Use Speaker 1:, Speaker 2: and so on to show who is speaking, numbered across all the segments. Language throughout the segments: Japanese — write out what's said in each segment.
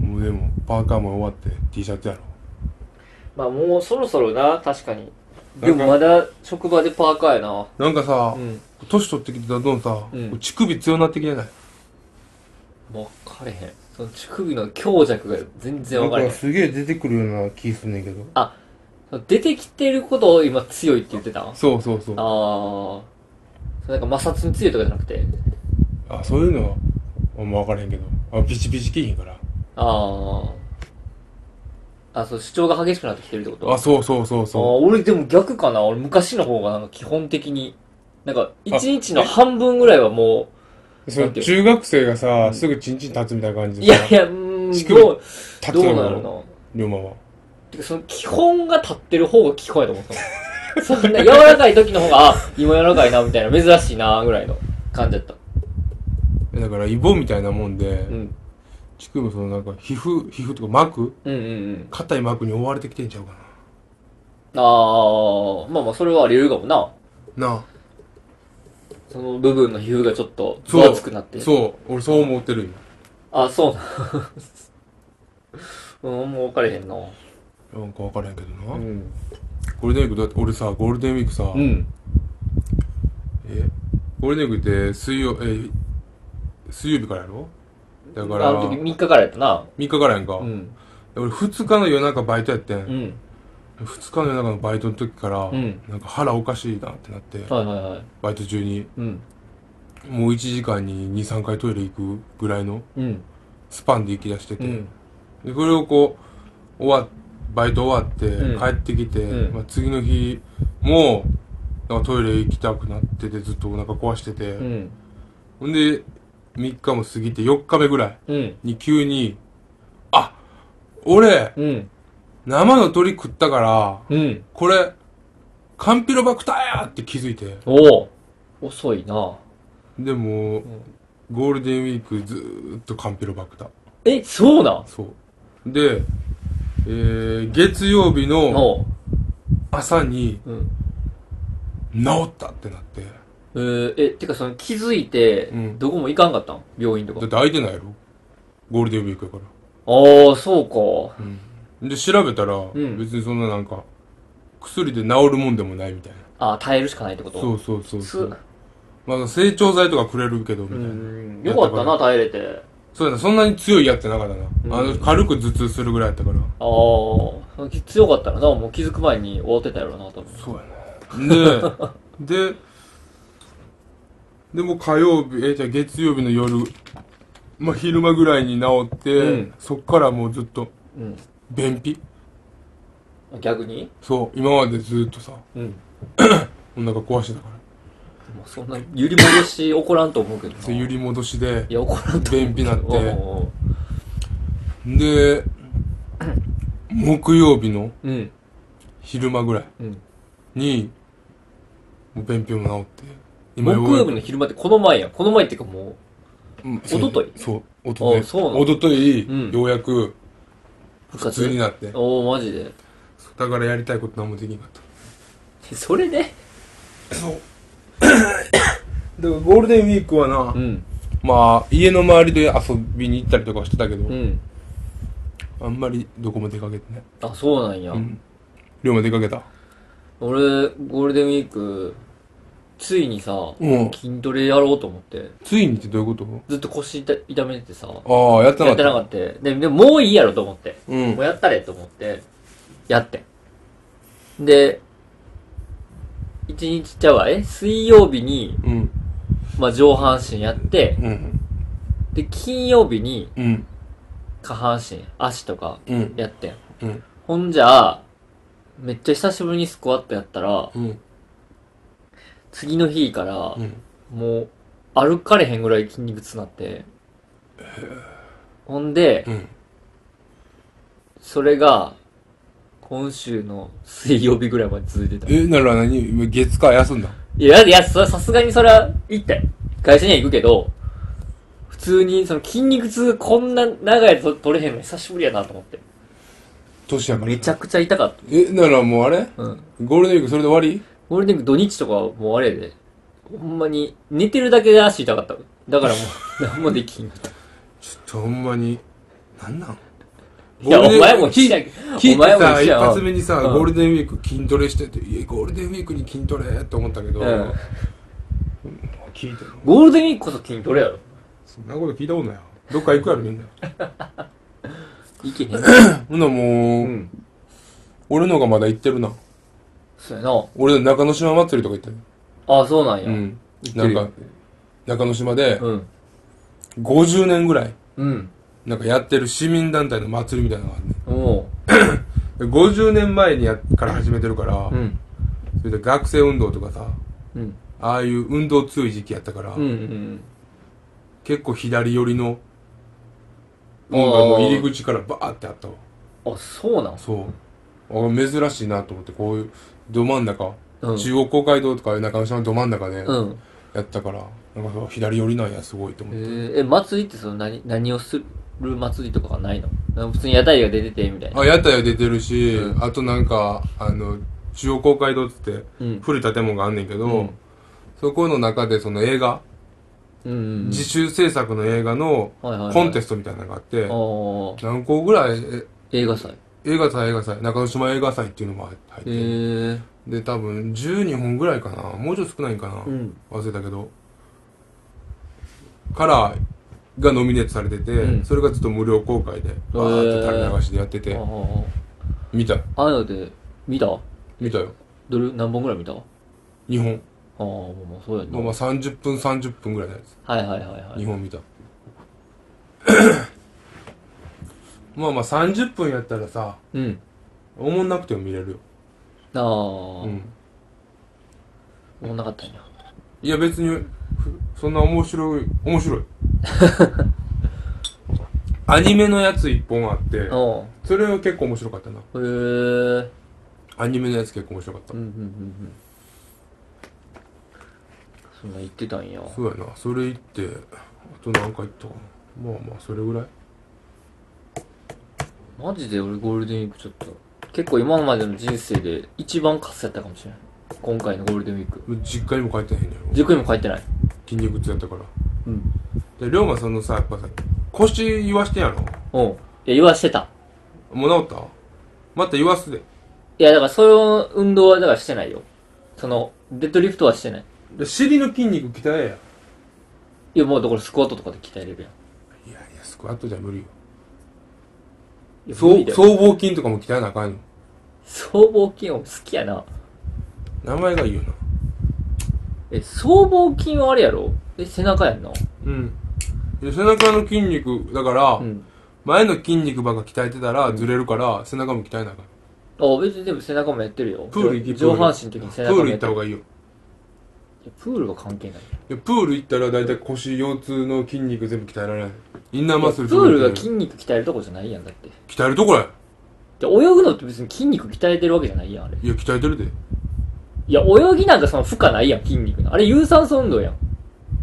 Speaker 1: もでもパーカーも終わって T シャツやろ
Speaker 2: まあもうそろそろな、確かに。
Speaker 1: な
Speaker 2: で
Speaker 1: んか
Speaker 2: もまだ職場でパーカーやな。
Speaker 1: なんかさ、
Speaker 2: うん。
Speaker 1: 年取ってきてどんどんさ、
Speaker 2: うん
Speaker 1: 乳首強なってきてない
Speaker 2: 分かれへん。その乳首の強弱が全然分かれへん。
Speaker 1: すげえ出てくるような気すんねんけど
Speaker 2: あ、出てきてることを今強いって言ってたあ
Speaker 1: そうそうそうあ
Speaker 2: あー。なんか摩擦に強いとかじゃなくて。
Speaker 1: そういうのはあんま分からへんけどあピチピチきひんから
Speaker 2: ああ。あ、そう、主張が激しくなってきてるってこと
Speaker 1: あそうそうそう
Speaker 2: あー
Speaker 1: そ
Speaker 2: 俺でも逆かな。俺昔の方がなんか基本的に、なんか一日の半分ぐらいはも
Speaker 1: うそ
Speaker 2: な
Speaker 1: の
Speaker 2: んていう
Speaker 1: 中学生がさ、すぐチンチン立つみたいな感
Speaker 2: う、
Speaker 1: じ
Speaker 2: い
Speaker 1: でさ
Speaker 2: やいや、うーん、
Speaker 1: 乳首
Speaker 2: どう、
Speaker 1: 立つ
Speaker 2: どう
Speaker 1: の
Speaker 2: なるの
Speaker 1: 龍馬は
Speaker 2: てかその基本が立ってる方が基本やと思ったもん そんな柔らかい時の方が、あ、今柔らかいなみたいな、珍しいなぐらいの感じだった。
Speaker 1: だからイボみたいなもんで、
Speaker 2: うん。
Speaker 1: 乳首もそのなんか皮膚皮膚とか膜
Speaker 2: うんうんうん。
Speaker 1: 硬い膜に覆われてきてんちゃうか
Speaker 2: ああ、まあまあそれはあり得るかもな。
Speaker 1: ななあ
Speaker 2: その部分の皮膚がちょっと
Speaker 1: そう
Speaker 2: 分厚くなって。
Speaker 1: そう俺そう思ってるんよ
Speaker 2: あ、そうな。 うん、もう分かれへんな。
Speaker 1: なんか分からへんけどな、
Speaker 2: ん。
Speaker 1: ゴールデンウィークだって俺さゴールデンウィークさ、
Speaker 2: うん。
Speaker 1: えゴールデンウィークって水曜え水曜日からやろだか
Speaker 2: あ
Speaker 1: ら
Speaker 2: の時
Speaker 1: 3
Speaker 2: 3日からやったな。
Speaker 1: 日からやんか、
Speaker 2: うん。
Speaker 1: 俺2日の夜中バイトやってん、
Speaker 2: うん。
Speaker 1: 2日の夜中のバイトの時から、
Speaker 2: ん
Speaker 1: なんか腹おかしいなってなって
Speaker 2: はいはいはい。
Speaker 1: バイト中に
Speaker 2: うん。
Speaker 1: もう1時間に23回トイレ行くぐらいの
Speaker 2: うん。
Speaker 1: スパンで行き出してて、
Speaker 2: うん。
Speaker 1: でそれをこう終わバイト終わって、
Speaker 2: うん
Speaker 1: 帰ってきて、
Speaker 2: うん
Speaker 1: まあ、次の日もなんかトイレ行きたくなっててずっとお腹壊してて、
Speaker 2: うん。
Speaker 1: ほんで3日も過ぎて4日目ぐらい
Speaker 2: うん。
Speaker 1: に急に「あ俺
Speaker 2: うん。
Speaker 1: 生の鶏食ったから
Speaker 2: うん。
Speaker 1: これカンピロバクターや!」って気づいて
Speaker 2: おお遅いな。
Speaker 1: でも、ゴールデンウィークずーっとカンピロバクター
Speaker 2: え、そうなん
Speaker 1: そうで、えー、月曜日の
Speaker 2: おう。
Speaker 1: 朝に
Speaker 2: うん。
Speaker 1: 治ったってなって
Speaker 2: えー、え、てかその気づいて
Speaker 1: う、ん
Speaker 2: どこも行かんかったん病院と
Speaker 1: だって
Speaker 2: か。
Speaker 1: 空いてないやろゴールデンウィークやか
Speaker 2: ああ、そうか。
Speaker 1: らで調べたら、
Speaker 2: ん
Speaker 1: 別にそんななんか薬で治るもんでもないみたいな
Speaker 2: ああ、耐えるしかないってこと
Speaker 1: そうそうそうそ
Speaker 2: す
Speaker 1: う、まあ、成長剤とかくれるけどみた
Speaker 2: う
Speaker 1: いな、
Speaker 2: ん。よかったな、耐えれて。
Speaker 1: そうだなそんなに強いやつなかったな、あの軽く頭痛するぐらいやったから
Speaker 2: ああ、強かったらな、もう気づく前に終わってたやろな、多分。
Speaker 1: そうやねでででもう火曜日えじゃあ月曜日の夜まあ昼間ぐらいに治って、
Speaker 2: うん
Speaker 1: そっからもうずっと
Speaker 2: うん。
Speaker 1: 便秘
Speaker 2: 逆に
Speaker 1: そう今までずっとさ
Speaker 2: うん。
Speaker 1: お腹壊してたから
Speaker 2: もうそんな、揺り戻し起こらんと思うけどな。
Speaker 1: で揺り戻しで
Speaker 2: いや、怒らんと思う
Speaker 1: 便秘なって
Speaker 2: おうおう
Speaker 1: で木曜日の
Speaker 2: おううん。
Speaker 1: 昼間ぐらい
Speaker 2: うん。
Speaker 1: にもう便秘も治って
Speaker 2: 木
Speaker 1: ようや
Speaker 2: 曜
Speaker 1: く
Speaker 2: 日の昼間ってこの前やん。この前っていうかも
Speaker 1: うん
Speaker 2: 一昨日
Speaker 1: そうおととい
Speaker 2: あそうなの
Speaker 1: おとと
Speaker 2: うん
Speaker 1: いようやく
Speaker 2: う、復
Speaker 1: 普通に
Speaker 2: 活。
Speaker 1: なって
Speaker 2: おおマジで。
Speaker 1: だからやりたいこと何もできなかった
Speaker 2: それで
Speaker 1: そう だからゴールデンウィークはな、
Speaker 2: うん。
Speaker 1: まあ家の周りで遊びに行ったりとかはしてたけど、
Speaker 2: うん。
Speaker 1: あんまりどこも出かけてない
Speaker 2: あ、そうなんや。
Speaker 1: うん龍馬出かけた
Speaker 2: 俺、ゴールデンウィーク、ついにさ、
Speaker 1: うん
Speaker 2: 筋トレやろうと思って、
Speaker 1: ついにってどういうこ
Speaker 2: ずっと腰痛痛めててさ、
Speaker 1: とああやってな
Speaker 2: や
Speaker 1: か
Speaker 2: っ
Speaker 1: ってた
Speaker 2: なかった。で、でももういいやろと思って。
Speaker 1: うん
Speaker 2: もうやったれと思って、やってん。で、一日ちゃうわ、え水曜日に、
Speaker 1: うん
Speaker 2: まあ、上半身やって、
Speaker 1: うん
Speaker 2: で、金曜日に
Speaker 1: うん
Speaker 2: 下半身、足とか
Speaker 1: うん
Speaker 2: やってん。
Speaker 1: うん
Speaker 2: ほんじゃ、めっちゃ久しぶりにスクワットやったら、
Speaker 1: うん
Speaker 2: 次の日から、
Speaker 1: うん
Speaker 2: もう、歩かれへんぐらい筋肉痛なって。ほんで
Speaker 1: う、ん
Speaker 2: それが、今週の水曜日ぐらいまで続いてた。い
Speaker 1: えなら何今月火休んだ
Speaker 2: や、いや、それさすがにそれは、行ったよ会社には行くけど、普通に、その筋肉痛こんな長いやつ取れへんの久しぶりやなと思って。
Speaker 1: 年やから
Speaker 2: めちゃくちゃ痛かっ
Speaker 1: えならもうあれ
Speaker 2: た。うん。
Speaker 1: ゴールデンウィークそれで終わ
Speaker 2: ゴールデンウィーク土日とかはもうあれやで。ほんまに、寝てるだけで足痛かった。だからもう、何もできんかった。
Speaker 1: りちょっとほんまになんなん
Speaker 2: いや、
Speaker 1: ゴールデ
Speaker 2: お
Speaker 1: ン
Speaker 2: 前も一緒や
Speaker 1: 聞い
Speaker 2: お前
Speaker 1: て
Speaker 2: も
Speaker 1: さ、
Speaker 2: 一緒
Speaker 1: 一
Speaker 2: や
Speaker 1: 発目にさ、
Speaker 2: うん
Speaker 1: ゴールデンウィーク筋トレしてて、いや、ゴールデンウィークに筋トレって思ったけど、
Speaker 2: うん
Speaker 1: 聞いてる
Speaker 2: ゴールデンウィークこそ筋トレやろ。
Speaker 1: そんなこと聞いたことないよ。どっか行くやろ、みんな。
Speaker 2: いけへん。
Speaker 1: ほなもう、
Speaker 2: うん。
Speaker 1: 俺のがまだ行ってるな。
Speaker 2: そうやな。
Speaker 1: 俺の中之島祭りとか行ってる。
Speaker 2: ああ、そうなんや。
Speaker 1: う
Speaker 2: うん。
Speaker 1: ん。
Speaker 2: 行
Speaker 1: な
Speaker 2: っ
Speaker 1: ん
Speaker 2: てるよ
Speaker 1: か、中之島で、
Speaker 2: うん。
Speaker 1: 50年ぐらい、
Speaker 2: うん。
Speaker 1: なんかやってる市民団体の祭りみたいなのがあるねで
Speaker 2: お
Speaker 1: 50年前にやから始めてるから、
Speaker 2: う。うん。
Speaker 1: それで学生運動とかさ、
Speaker 2: うん。
Speaker 1: ああいう運動強い時期やったから、
Speaker 2: うん。うん。
Speaker 1: 結構左寄りの音楽の入り口からバーってあったわ
Speaker 2: あ、そうなん
Speaker 1: そうあ珍しいなと思ってこういうど真ん中、
Speaker 2: うん
Speaker 1: 中央公会堂とかああいう中野島のど真ん中で
Speaker 2: うん。
Speaker 1: やったから、なんか左寄りなんやすごいと
Speaker 2: え
Speaker 1: 思って、
Speaker 2: ー、え、祭りってその何、何をする祭りとかがないのなんか普通に屋台が出てて、みたいな。
Speaker 1: あ屋台は出てるし、
Speaker 2: うん
Speaker 1: あとなんかあの中央公会堂っつって
Speaker 2: うん。
Speaker 1: 古い建物があんねんけど、
Speaker 2: うん
Speaker 1: そこの中でその映画、
Speaker 2: うんうん。
Speaker 1: 自主制作の映画の
Speaker 2: はいはいはい
Speaker 1: コンテストみたいなのがあって、
Speaker 2: ああ、
Speaker 1: 何校ぐらいえ
Speaker 2: 映画祭。
Speaker 1: 映画祭映画祭中之島映画祭っていうのも入って
Speaker 2: え
Speaker 1: て、
Speaker 2: ー。
Speaker 1: で多分12本ぐらいかなもうちょっと少ないんかな、
Speaker 2: うん。
Speaker 1: 忘れたけどカラーがノミネートされてて、
Speaker 2: うん
Speaker 1: それがずっと無料公開でバーッと垂れ流しでやってて、
Speaker 2: あー
Speaker 1: 見た
Speaker 2: ああいうので、見た
Speaker 1: 見たよ
Speaker 2: どれ、何本ぐらい見たあ
Speaker 1: 日本
Speaker 2: あ、もうそうや
Speaker 1: の、ま
Speaker 2: ね。
Speaker 1: あ、30分30分ぐらいのやつ
Speaker 2: はいはいはいはい。
Speaker 1: 日本見た まあまあ30分やったらさ
Speaker 2: うん。
Speaker 1: おもんなくても見れるよ、
Speaker 2: ああ、う、
Speaker 1: うんん、
Speaker 2: もうなかったんや。
Speaker 1: いや別にふそんな面白い面 白いアニメのやつ1本あって
Speaker 2: おう
Speaker 1: それは結構面白かったな
Speaker 2: へえ。うん
Speaker 1: アニメのやつ結構面白かった
Speaker 2: うんうんうん。そんな言ってたんや。
Speaker 1: そうやなそれ行ってあと何か行ったかなまあまあそれぐらい
Speaker 2: マジで俺ゴールデンウィークちょっと、結構今までの人生で一番カスやったかもしれない。今回のゴールデンウィーク。
Speaker 1: 実家にも帰ってへんねやろ
Speaker 2: 塾にも帰ってない。
Speaker 1: 筋肉痛やったから
Speaker 2: うん。
Speaker 1: で龍馬さんのさやっぱさ腰言わしてんやろ
Speaker 2: おういや、言わしてた。
Speaker 1: もう治ったまた言わすで
Speaker 2: いや、だからそういう運動はだからしてないよ。その、デッドリフトはしてない。
Speaker 1: で尻の筋肉鍛えや
Speaker 2: いや、もうだからスクワットとかで鍛えれるやん。
Speaker 1: いやいやスクワットじゃ無理よ
Speaker 2: いや無
Speaker 1: そ
Speaker 2: 理
Speaker 1: う
Speaker 2: だよ
Speaker 1: 僧帽筋とかも鍛えなあかんよ
Speaker 2: 僧帽筋も好きやな。
Speaker 1: 名前がいいよな
Speaker 2: え、僧帽筋はあれやろえ、背中やんな。
Speaker 1: うんで背中の筋肉だから、
Speaker 2: うん。
Speaker 1: 前の筋肉ばっか鍛えてたらずれるから、背中も鍛えなあかん
Speaker 2: あ、別にでも背中もやってるよ。
Speaker 1: プール行き
Speaker 2: 上上半身の時に
Speaker 1: プ
Speaker 2: 背中
Speaker 1: ー
Speaker 2: も
Speaker 1: ル行
Speaker 2: や
Speaker 1: っ
Speaker 2: っ
Speaker 1: てた
Speaker 2: る
Speaker 1: 方。がいいよ
Speaker 2: いやプールは関係な
Speaker 1: い
Speaker 2: い。
Speaker 1: やプール行ったら大体腰腰痛の筋肉全部鍛えられないインナーマッスル
Speaker 2: プール
Speaker 1: 全
Speaker 2: が
Speaker 1: 部
Speaker 2: 筋肉鍛えるとこじゃないやん、だって。
Speaker 1: 鍛えるとこや
Speaker 2: で、泳ぐのって別に筋肉鍛えてるわけじゃないやん、あれ。
Speaker 1: いや鍛えてるで
Speaker 2: いや、泳ぎなんかその負荷ないやん、筋肉の。あれ、有酸素運動やん。い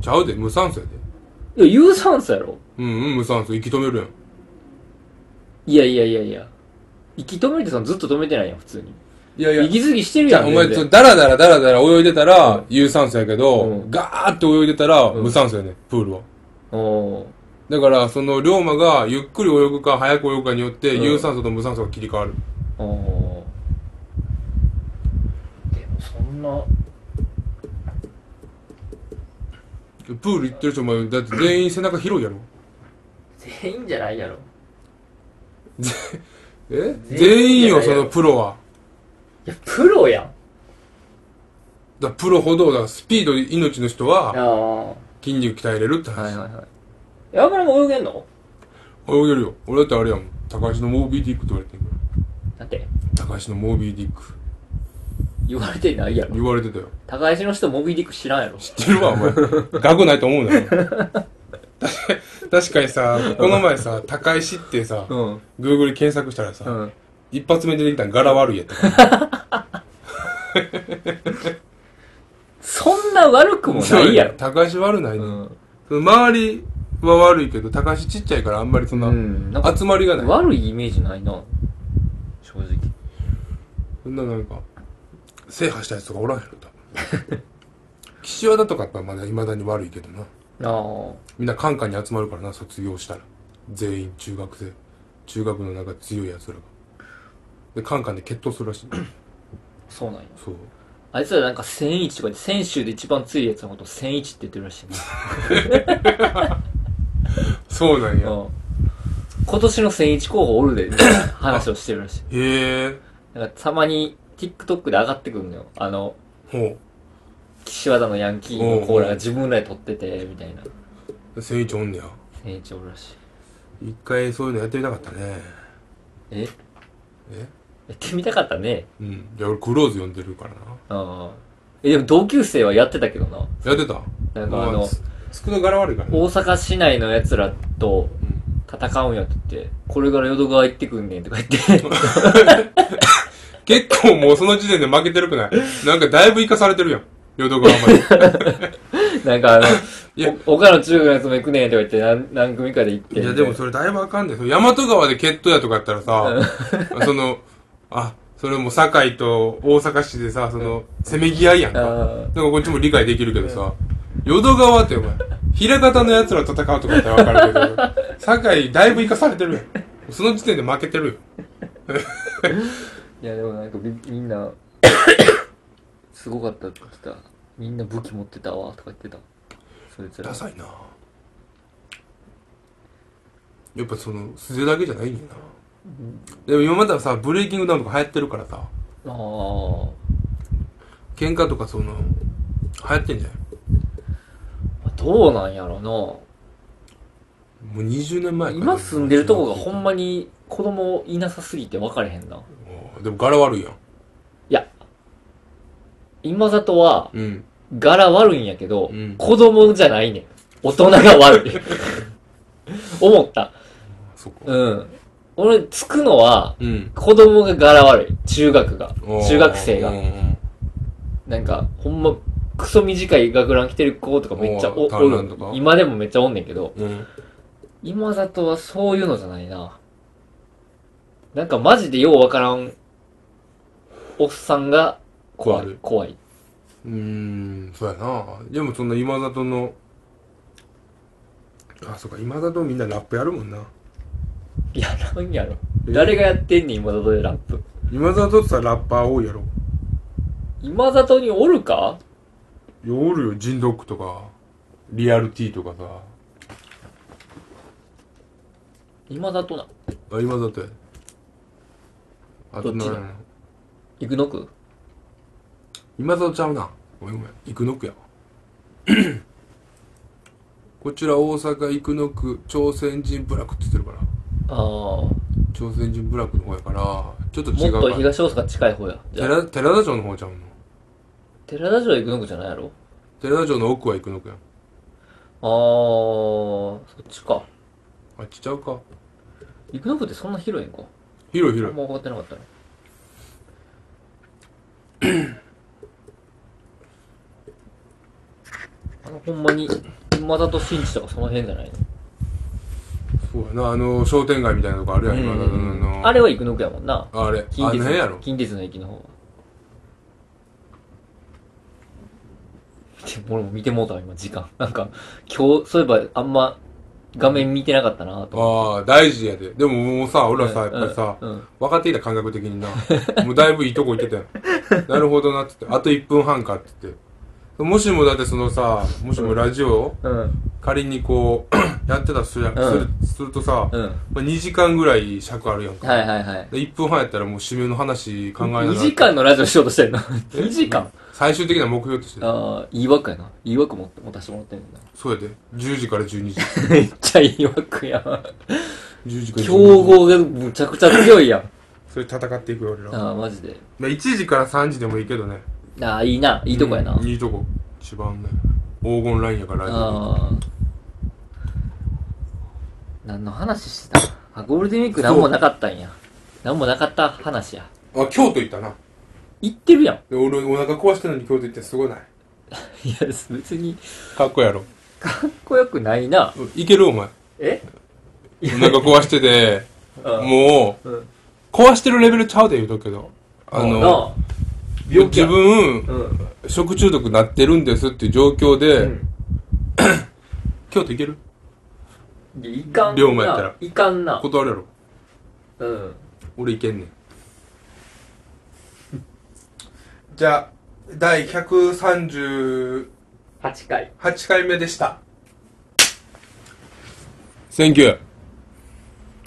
Speaker 1: ちゃうで無酸素やで
Speaker 2: や、有酸素やろ
Speaker 1: うんうん無酸素息止めるやん
Speaker 2: いやいやいやいや。息止めるってそのずっと止めてないやん、普通に。
Speaker 1: いやいや
Speaker 2: 息継ぎしてる
Speaker 1: じ
Speaker 2: や
Speaker 1: ゃ
Speaker 2: ん
Speaker 1: あ、お前
Speaker 2: 全然
Speaker 1: ダラダラダラダラ泳いでたら有酸素やけど、
Speaker 2: うん
Speaker 1: ガーって泳いでたら
Speaker 2: ん
Speaker 1: 無酸素やねプールは
Speaker 2: お
Speaker 1: だ
Speaker 2: ー
Speaker 1: からその龍馬がゆっくり泳ぐか早く泳ぐかによって
Speaker 2: うん
Speaker 1: 有酸素と無酸素が切り替わる
Speaker 2: あーでもそんな
Speaker 1: プール行ってる人お前だって全員背中広いやろ
Speaker 2: 全員じゃないやろ
Speaker 1: え
Speaker 2: 全員
Speaker 1: 全員よ
Speaker 2: じゃ
Speaker 1: そ
Speaker 2: ないや
Speaker 1: の
Speaker 2: ろ
Speaker 1: プロはい
Speaker 2: やプロやん
Speaker 1: だからプロほどだからスピード命の人は
Speaker 2: ああは
Speaker 1: 筋肉鍛えれるって
Speaker 2: いはい
Speaker 1: 話、
Speaker 2: はいやばいも泳げんの
Speaker 1: 泳げるよ俺だってあれやもん高橋のモービーディックって言われてんか
Speaker 2: なんて
Speaker 1: ら高橋のモービーディック
Speaker 2: 言われてないやろ
Speaker 1: 言われてたよ
Speaker 2: 高橋の人モビーディック知らんやろ
Speaker 1: 知ってるわ お前学ないと思うなよ 確かにさこの前さ高石ってさ、
Speaker 2: うん
Speaker 1: グーグル検索したらさ、
Speaker 2: うん
Speaker 1: 一発目出てきたの柄悪いやったから
Speaker 2: そんな悪くもないやろ
Speaker 1: 高石悪ない、ね
Speaker 2: ん
Speaker 1: その周りは悪いけど高石ちっちゃいからあんまりそんな、
Speaker 2: うんなんか
Speaker 1: 集まりがない
Speaker 2: 悪いイメージないな正直
Speaker 1: そんななんか制覇したやつとかおらんやろ多分岸和田とかやっぱまだいまだに悪いけどな
Speaker 2: ああ
Speaker 1: みんなカンカンに集まるからな卒業したら全員中学生中学の中強いやつらがでカンカンで決闘するら しい
Speaker 2: そうなんよ。
Speaker 1: そう
Speaker 2: あいつらなんか千一とかで、千州で一番強いやつのことを千一って言ってるらしいね。
Speaker 1: そうなんや
Speaker 2: うん今年の千一候補おる で、みたいな話をしてるらしい。
Speaker 1: へえ
Speaker 2: なんかたまに TikTok で上がってくるのよ。あの、
Speaker 1: ほ
Speaker 2: 岸和田のヤンキーのコーラが自分らで撮ってて、みたいな。
Speaker 1: う千一おんねや
Speaker 2: 千一おるらしい。
Speaker 1: 一回そういうのやってみたかったね
Speaker 2: え
Speaker 1: え
Speaker 2: やってみたかったね。
Speaker 1: うんいや俺クローズ呼んでるからな
Speaker 2: うん。え、でも同級生はやってたけどな。
Speaker 1: やってた
Speaker 2: なん
Speaker 1: ま
Speaker 2: かあの、
Speaker 1: つつくの柄悪いからね
Speaker 2: 大阪市内の奴らと戦うんやって言って、これから淀川行ってくんねんとか 言って、
Speaker 1: 結構もうその時点で負けてるくないなんかだいぶ生かされてるやん淀川 まで
Speaker 2: なんかあの
Speaker 1: いや、
Speaker 2: お他の中学のやつも行くねんとか言って何、何組かで行って。
Speaker 1: いやでもそれだいぶあかんで、ね、大和川で決闘やとかやったらさ そのあそれも堺と大阪市でさそのせめぎ合いやんか
Speaker 2: あ
Speaker 1: なんか
Speaker 2: ー
Speaker 1: こっちも理解できるけどさ淀川ってお前平方のやつら戦うとかやったら分かるけ ど堺だいぶ生かされてるやんその時点で負けてるよ
Speaker 2: いやでもなんかみみ んなすごかったって言ってたみんな武器持ってたわとか言ってたそいつら
Speaker 1: ダサいなやっぱその素手だけじゃないんやな、でも今まではさブレイキングダウンとか流行ってるからさ
Speaker 2: あー
Speaker 1: 喧嘩とかその流行ってんじゃない
Speaker 2: まあどうなんやろ
Speaker 1: もう20年
Speaker 2: な
Speaker 1: 前
Speaker 2: 今住んでるとこがほんま
Speaker 1: に
Speaker 2: に子供いなさすぎて分かれへんな
Speaker 1: でも柄悪いやん
Speaker 2: いや今里は
Speaker 1: うん
Speaker 2: 柄悪いんやけど、
Speaker 1: うん
Speaker 2: 子供じゃないねん大人が悪い思った
Speaker 1: そっか
Speaker 2: うん俺つくのは
Speaker 1: うん
Speaker 2: 子供が柄悪い中学が中学生が
Speaker 1: うんうん
Speaker 2: なんか、ほんま、クソ短い学ラン着てる子とかめっちゃお
Speaker 1: おー
Speaker 2: お
Speaker 1: 単
Speaker 2: る
Speaker 1: 乱とか。
Speaker 2: 今でもめっちゃおんねんけど、
Speaker 1: うん
Speaker 2: 今里はそういうのじゃないな。なんかマジでようわからん、おっさんが怖
Speaker 1: 怖
Speaker 2: い
Speaker 1: い。
Speaker 2: 怖い。
Speaker 1: うーんそうやなでもそんな今里のあそっか今里みんなラップやるもんな
Speaker 2: やらんやろ。
Speaker 1: え
Speaker 2: 誰がやってんねん、今里でラップ。
Speaker 1: 今里ってさラッパー多いやろ
Speaker 2: 今里におるか
Speaker 1: いやおるよ、ジンドックとか、リアルティとかさ。
Speaker 2: 今里な。
Speaker 1: あ、今だって。あとな
Speaker 2: どっちだ行くのく
Speaker 1: 今里ちゃうな。ごめんごめん。生野区やわ。 こちら大阪生野区朝鮮人部落って言ってるから。
Speaker 2: ああ、も
Speaker 1: 朝鮮人部落の方やから、ちょっと違う
Speaker 2: っと
Speaker 1: から。
Speaker 2: 東大阪近い方や。じゃあ、
Speaker 1: 寺寺田町の方ちゃうの。
Speaker 2: 寺田城は行くのくじゃないやろ
Speaker 1: 寺田町の奥は生野区やん。
Speaker 2: ああ、そっちか。
Speaker 1: あっちちゃうか。
Speaker 2: 行くのくってそんな広いんか。
Speaker 1: 広い
Speaker 2: あん
Speaker 1: 広い。
Speaker 2: ま分かってなかったね。 あの、ほんまに、今里新地とかその辺じゃない
Speaker 1: そうやな、あの、商店街みたいなとこあるやん、今里の。
Speaker 2: のあれは行くのくやもんな。
Speaker 1: あれ。
Speaker 2: 近
Speaker 1: あの
Speaker 2: 鉄
Speaker 1: 辺やろ。
Speaker 2: 近鉄の駅の方は。見て、俺も見てもうたわ、今、時間。なんか、今日、そういえば、あんま、画面見てなかったなと思
Speaker 1: あ
Speaker 2: っ
Speaker 1: あ、大事やで。でももうさ、俺ら
Speaker 2: て。
Speaker 1: さ、やっぱりさ、
Speaker 2: うんうん
Speaker 1: 分かってきた感覚的にな。もうだいぶいいとこ行ってたよ。 なるほどなってって、あと1分半かって言って。もしもだってそのさ、もしもラジオを
Speaker 2: うん。
Speaker 1: 仮にこう、 やってたとするやん
Speaker 2: うん
Speaker 1: するするとさ、
Speaker 2: うん。
Speaker 1: まあ、2時間ぐらい尺あるやんか。
Speaker 2: はいはいはい。
Speaker 1: で1分半やったらもう締めの話考えながら。
Speaker 2: 2時間のラジオしようとしてんの ?2 時間
Speaker 1: 最終的な目標として。
Speaker 2: ああ、いい枠やな。いい枠持って持たせてもらってんねんな。
Speaker 1: そうやで。10時から12時。
Speaker 2: めっちゃいい枠やわ。
Speaker 1: 10時から12時。
Speaker 2: 競。合がむちゃくちゃ強いやん。
Speaker 1: それ戦っていくよ、俺ら。
Speaker 2: ああ、マジで。
Speaker 1: まあ、1時から3時でもいいけどね。
Speaker 2: ああ、いいな。いいとこやな。
Speaker 1: うんいいとこ。一番ね。黄金ラインやからラジオ。
Speaker 2: ああ。何の話してたあ、ゴールデンウィーク何もなかったんや。何もなかった話や。
Speaker 1: あ、京都行ったな。
Speaker 2: 行ってるやん。
Speaker 1: で俺、お腹壊してるのに京都行ってすごいない。
Speaker 2: いや、別に、
Speaker 1: かっこやろ。
Speaker 2: かっこよくないな。
Speaker 1: い けるお前。
Speaker 2: え
Speaker 1: お腹壊してて、も う、
Speaker 2: うん。
Speaker 1: 壊してるレベルちゃうで言うとくけど。あの、
Speaker 2: な、病
Speaker 1: 自
Speaker 2: 気や
Speaker 1: 分、
Speaker 2: うん。
Speaker 1: 食中毒なってるんですっていう状況で、京都行ける
Speaker 2: いやいかんな。
Speaker 1: 龍馬やったら
Speaker 2: いかんな。
Speaker 1: 断るやろ。
Speaker 2: うん
Speaker 1: 俺いけんねんじゃあ第138
Speaker 2: 8回
Speaker 1: 回目でしたセンキュー